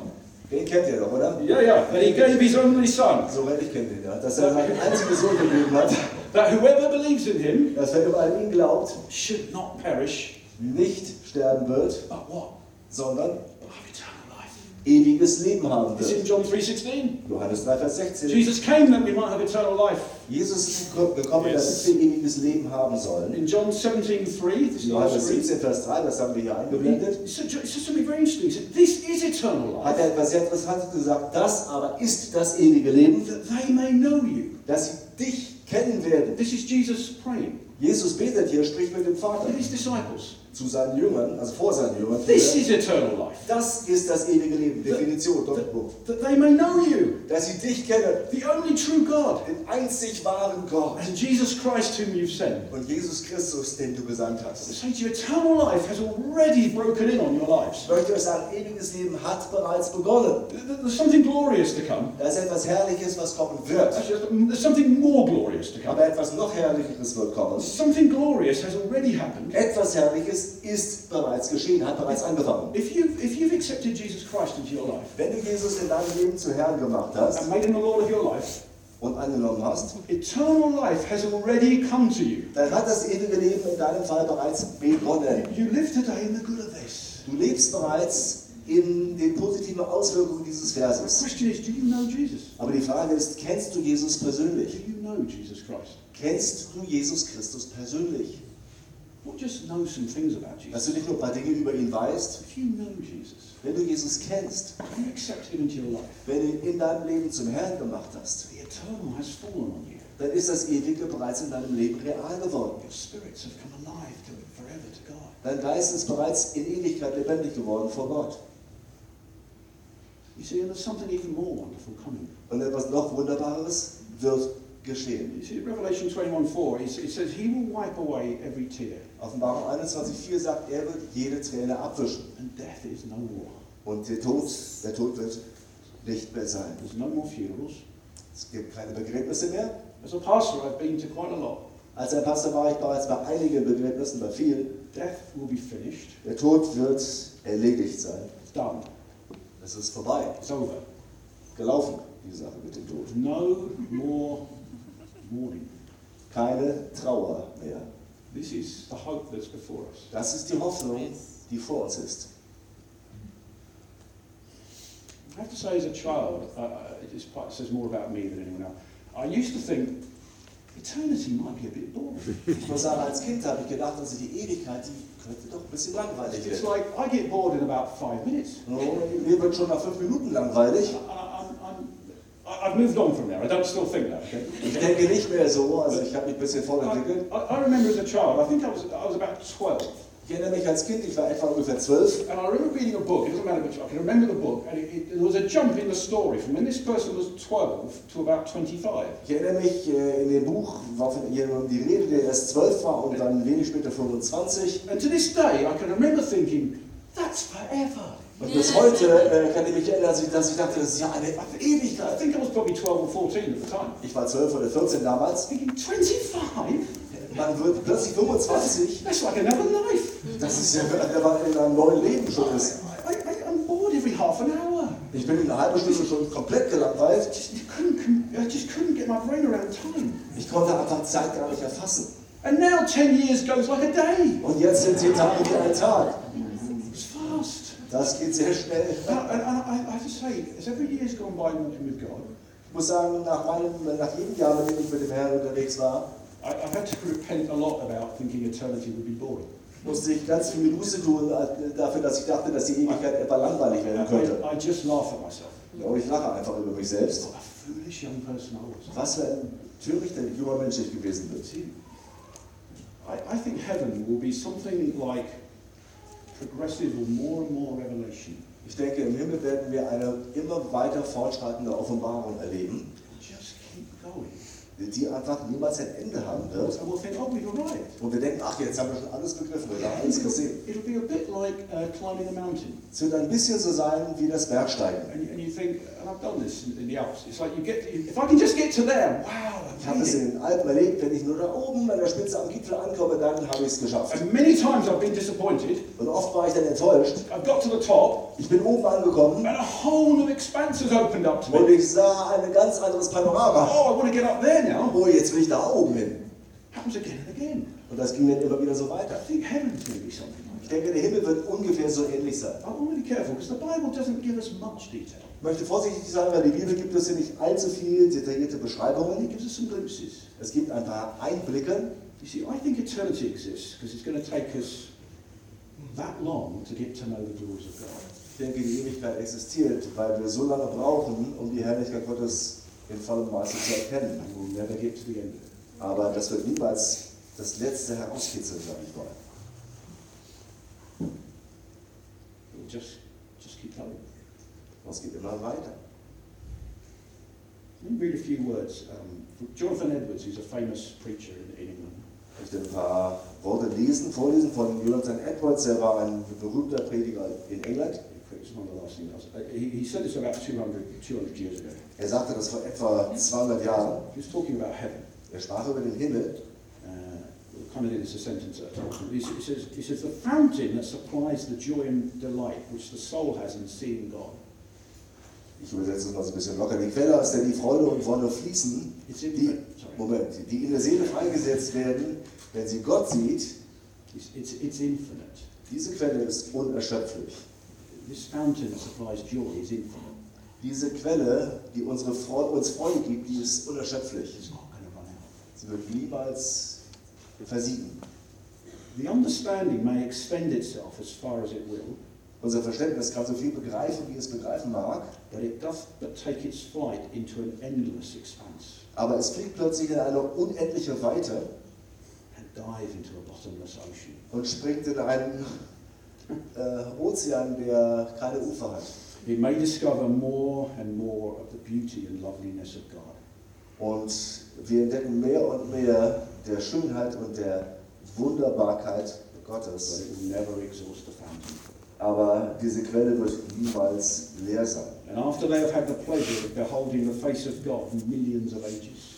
den kennt ihr doch, oder? Yeah, yeah, that he gave his only son, Soweit ich kenne den, ja. Dass er seinen einzigen Sohn gegeben hat, that whoever believes in him dass wer über an ihn glaubt, should not perish, nicht sterben wird, but what? sondern But have eternal life. ewiges Leben haben It's in wird. John 3.16. Johannes 3, Vers 16. Jesus came that we might have eternal life. Jesus ist gekommen, damit wir ewiges Leben haben sollen. In John 17.3, this Johannes last read, 17, Vers 3, das haben wir hier eingeblendet. he said, he said something very interesting. He said, this is eternal Hat life, er etwas sehr Interessantes gesagt. Das aber ist das ewige Leben, that they may know you. dass sie dich kennen werden. This is Jesus praying Jesus betet hier, spricht mit dem Vater with his disciples. zu seinen Jüngern, also vor seinen Jüngern. This is eternal life, Das ist das ewige Leben. Definition, Doppelpunkt. that they may know you, Dass sie dich kennen, the only true God, den einzig wahren Gott. and Jesus Christ whom you've sent. und Jesus Christus, den du gesandt hast. So your eternal life has already broken in on your Ich lives. möchte euch sagen, ewiges Leben hat bereits begonnen. Th- th- There's something glorious to come. Da ist etwas Herrliches, was kommen wird. Actually, There's there's something more glorious to come. Aber etwas noch Herrlicheres wird kommen. Something glorious has already happened. Etwas Herrliches ist bereits geschehen, hat bereits angefangen. If you if you've accepted Jesus Christ into your life Wenn du Jesus in deinem Leben zu Herrn gemacht hast and made him the Lord of your life, und angenommen hast, eternal life has already come to you. dann hat das ewige Leben in deinem Fall bereits begonnen. You live today in the good of this. Du lebst bereits in den positiven Auswirkungen dieses The Verses. question is, do you know Jesus? Aber die Frage ist, kennst du Jesus Do persönlich? you know Jesus Christ? Kennst du Jesus Christus persönlich? Not just know some things about Jesus. dass du nicht nur ein paar Dinge über ihn weißt, If you know Jesus, wenn du Jesus kennst, you accept him into your life. wenn du ihn in deinem Leben zum Herrn gemacht hast, The eternal has fallen on you. dann ist das Ewige bereits in deinem Leben real geworden. Your spirits have come alive to, forever to God. Dein Geist ist bereits in Ewigkeit lebendig geworden vor Gott. You see, and there's something even more wonderful coming. Und etwas noch Wunderbares wird geschehen. You see, Revelation 21:4, it it says, He will wipe away every tear, Offenbarung 21,4 sagt, er wird jede Träne abwischen. and death is no more. Und der Tod, der Tod wird nicht mehr sein. There's no more funerals. Es gibt keine Begräbnisse mehr. As a pastor, I've been to quite a lot. Als ein Pastor war ich bereits bei einigen Begräbnissen, bei vielen. Death will be finished. Der Tod wird erledigt sein. It's done. Es ist vorbei. It's over. gelaufen, die Sache mit dem Tod. No more mourning. Keine Trauer mehr. This is the hope that's before us. Das ist die Hoffnung, die vor uns ist. I have to say, as a child, uh, uh, it is quite- it says more about me than anyone else. I used to think eternity might be a bit boring. Ich muss sagen, als Kind habe ich gedacht, also die Ewigkeit, die könnte doch ein bisschen langweilig It's werden. like I get bored in about five minutes. Oh, mir wird schon nach fünf Minuten langweilig. I- I'm, I'm, I- I've moved on from there. I don't still think that. Okay? Ich denke nicht mehr so, also ich habe mich ein bisschen vorentwickelt. I, I remember as a child. I think I was I was about twelve, Ich erinnere mich als Kind, ich war etwa ungefähr zwölf. and I remember reading a book. It doesn't matter which. I can remember the book, and it, it, there was a jump in the story from when this person was twelve to about twenty-five. Ich erinnere mich, äh, in dem Buch war von jemandem die Rede, der erst zwölf war und dann wenig später 25. And to this day, I can remember thinking, "That's forever." Und bis heute äh, kann ich mich erinnern, dass ich, dass ich dachte, das ist ja eine I Ewigkeit. think I was probably twelve or fourteen at the time. Ich war 12 oder 14 damals. Thinking twenty-five. Man wird plötzlich 25. That's like another life. Das ist ja, wenn man in einem neuen Leben schon ist. I, I, I'm bored every half an hour. Ich bin in einer halben Stunde schon komplett gelangweilt. Just couldn't con- I just couldn't get my brain around time. Ich konnte einfach Zeit gar nicht erfassen. And now 10 years goes like a day. Und jetzt sind die Tage wie ein Tag. It's fast. Das geht sehr schnell. And, and, and I, I have to say, as every year's gone by walking with God, Ich muss sagen, nach, meinem, nach jedem Jahr, in dem ich mit dem Herrn unterwegs war, I, I've had to repent a lot about thinking eternity would be boring. musste ich ganz viele Buße tun äh, dafür, dass ich dachte, dass die Ewigkeit etwa langweilig And werden könnte. I, I just laugh at myself. Aber ich lache einfach über mich selbst. What a foolish young person I was. Was für ein törichter junger Mensch ich gewesen bin. See, I, I think heaven will be something like progressive or more and more revelation. Ich denke, im Himmel werden wir eine immer weiter fortschreitende Offenbarung erleben, Just keep going. die einfach niemals ein Ende haben wird. And we'll think, oh, we've arrived. Und wir denken, ach, jetzt haben wir schon alles begriffen, wir haben alles gesehen. It'll be a bit like uh, climbing a mountain. Es wird ein bisschen so sein wie das Bergsteigen. And, you- and you think, and I've done this in, in the Alps. It's like you get, if I can just get to there, wow, Ich I've habe made es it. in den Alpen erlebt, wenn ich nur da oben an der Spitze am Gipfel ankomme, dann habe ich es geschafft. And many times I've been disappointed. Und oft war ich dann enttäuscht. I've got to the top, Ich bin oben angekommen and a whole new expanse has opened up to und me. ich sah ein ganz anderes Panorama. Oh, I want to get up there now. Oh, jetzt will ich da oben hin. Happens again and again. Und das ging dann immer wieder so I weiter. think heaven's going to be something like Ich that. denke, der Himmel wird ungefähr so ähnlich sein. I'm really careful because the Bible doesn't give us much detail. Ich möchte vorsichtig sein, weil die Bibel gibt es hier nicht allzu viel detaillierte It Beschreibungen. gives us some glimpses. Es gibt ein paar Einblicke. You see, I think eternity exists because it's going to take us that long to get to know the doors of God. Ich denke, die Ewigkeit existiert, weil wir so lange brauchen, um die Herrlichkeit Gottes in vollem Maße zu erkennen. And we'll never get to the end of it. Aber das wird niemals das letzte Herauskitzeln sein wollen. We'll just, just keep going. Es geht immer weiter. Let me read a few words um, from Jonathan Edwards, who's a famous preacher in, in England. Ich möchte ein paar Worte lesen, vorlesen von Jonathan Edwards. Er war ein berühmter Prediger in England. It's one of the last things I was- uh, he, he said this about 200, 200 years ago. Er sagte das vor etwa 200 Jahren. He was talking about heaven. Er sprach über den Himmel. Uh, kind of in it's a sentence at a time. He, s- he says, he says, the fountain that supplies the joy and delight which the soul has in seeing God. Ich übersetze es mal so ein bisschen locker. Die Quelle, aus der die Freude und Wonne fließen, It's die, in, sorry, Moment, die in der Seele freigesetzt werden, wenn sie Gott sieht, it's, it's, it's infinite. diese Quelle ist unerschöpflich. This fountain that supplies joy is infinite. Diese Quelle, die unsere Freude, uns Freude gibt, die ist unerschöpflich. It's not going to run out. Sie wird niemals versiegen. The understanding may extend itself as far as it will, Unser Verständnis kann so viel begreifen, wie es begreifen mag, but it doth but take its flight into an endless expanse aber es fliegt plötzlich in eine unendliche Weite and dive into a bottomless ocean. und springt in einen äh, Ozean, der keine Ufer hat. It may discover more and more of the beauty and loveliness of God. Und wir entdecken mehr und mehr der Schönheit und der Wunderbarkeit but Gottes. it will never exhaust the fountain. Aber diese Quelle wird niemals leer sein. And after they have had the pleasure of beholding the face of God in millions of ages,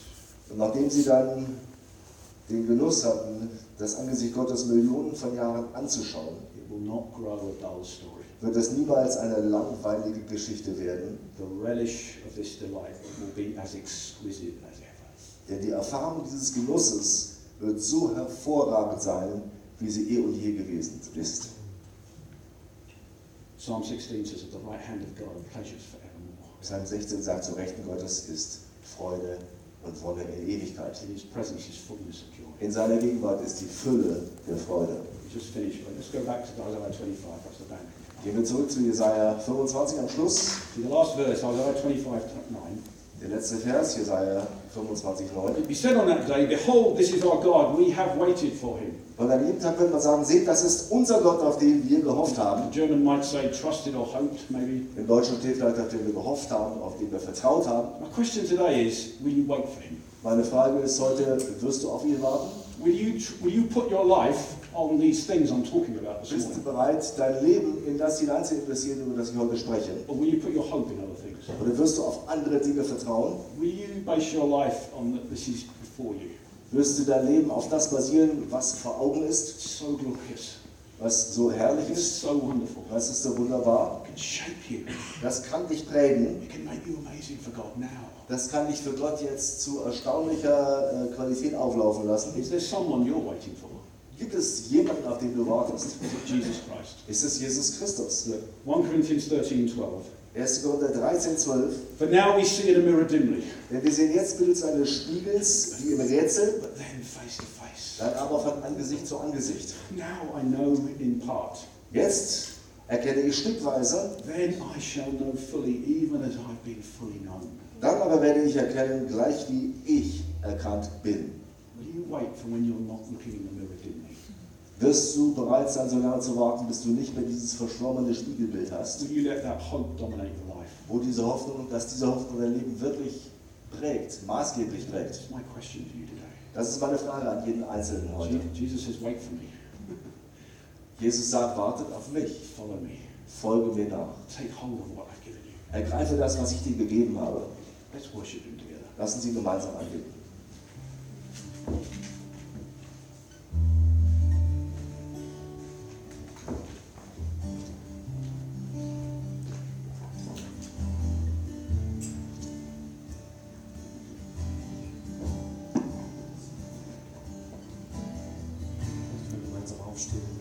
Und nachdem sie dann den Genuss hatten, das Angesicht Gottes Millionen von Jahren anzuschauen, it will not grow a dull story. wird es niemals eine langweilige Geschichte werden, The relish of this delight will be as exquisite as ever. denn die Erfahrung dieses Genusses wird so hervorragend sein, wie sie eh und je gewesen ist. Psalm 16 says, At the right hand of God are pleasures forevermore. Psalm 16 sagt, zu Rechten Gottes ist Freude und Wonne in Ewigkeit. In his presence is fullness of joy. In seiner Gegenwart ist die Fülle der Freude. We just finished. but Let's go back to Isaiah 25. That's the bank. Gehen wir zurück zu Jesaja 25 am Schluss. See, the last verse, Isaiah 25, 9. Der letzte Vers, Jesaja 25, 9. It be said on that day, Behold, this is our God. We have waited for him. Und an jedem Tag wird man sagen, seht, das ist unser Gott, auf den wir gehofft The haben. German might say trusted or hoped, maybe. Im Deutschen steht vielleicht, auf den wir gehofft haben, auf den wir vertraut haben. My question today is, will you wait for him? Meine Frage ist heute, wirst du auf ihn warten? Will you, tr- will you put your life on these things I'm talking about this Bist du morning? bereit, dein Leben in das hinein zu investieren, über das ich heute spreche? Or will you put your hope in other things? Oder wirst du auf andere Dinge vertrauen? Will you base your life on that this is before you? Wirst du dein Leben auf das basieren, was vor Augen ist? It's so glorious. was so herrlich It's ist, so wonderful. was ist so wunderbar, It can shape you. das kann dich prägen, It can make you amazing for God now. das kann dich für Gott jetzt zu erstaunlicher äh, Qualität auflaufen lassen. Is there someone you're waiting for? Gibt es jemanden, auf den du wartest? Is it Jesus Christ? Ist es Jesus Christus? Look, 1 Corinthians 13, 12. 1. Korinther 13, 12. For now we see in a mirror dimly, Denn wir sehen jetzt Bild eines Spiegels, wie im Rätsel, but then face to face. dann aber von Angesicht zu Angesicht. Now I know in part. Jetzt erkenne ich stückweise, Then I shall know fully, even as I've been fully known. dann aber werde ich erkennen, gleich wie ich erkannt bin. Will you wait for when you're not looking in the mirror dimly? Wirst du bereit sein, so lange zu warten, bis du nicht mehr dieses verschwommene Spiegelbild hast, Will you let that hope dominate your life? wo diese Hoffnung, dass diese Hoffnung dein Leben wirklich prägt, maßgeblich prägt? That's my question to you today. Das ist meine Frage an jeden Einzelnen heute. Je- Jesus says, wait for me, Jesus sagt, wartet auf mich, follow me, folge mir nach. take hold of what I've given you. Ergreife das, was ich dir gegeben habe. Let's worship him together. Lassen Sie gemeinsam anbeten. Ich will gemeinsam aufstehen.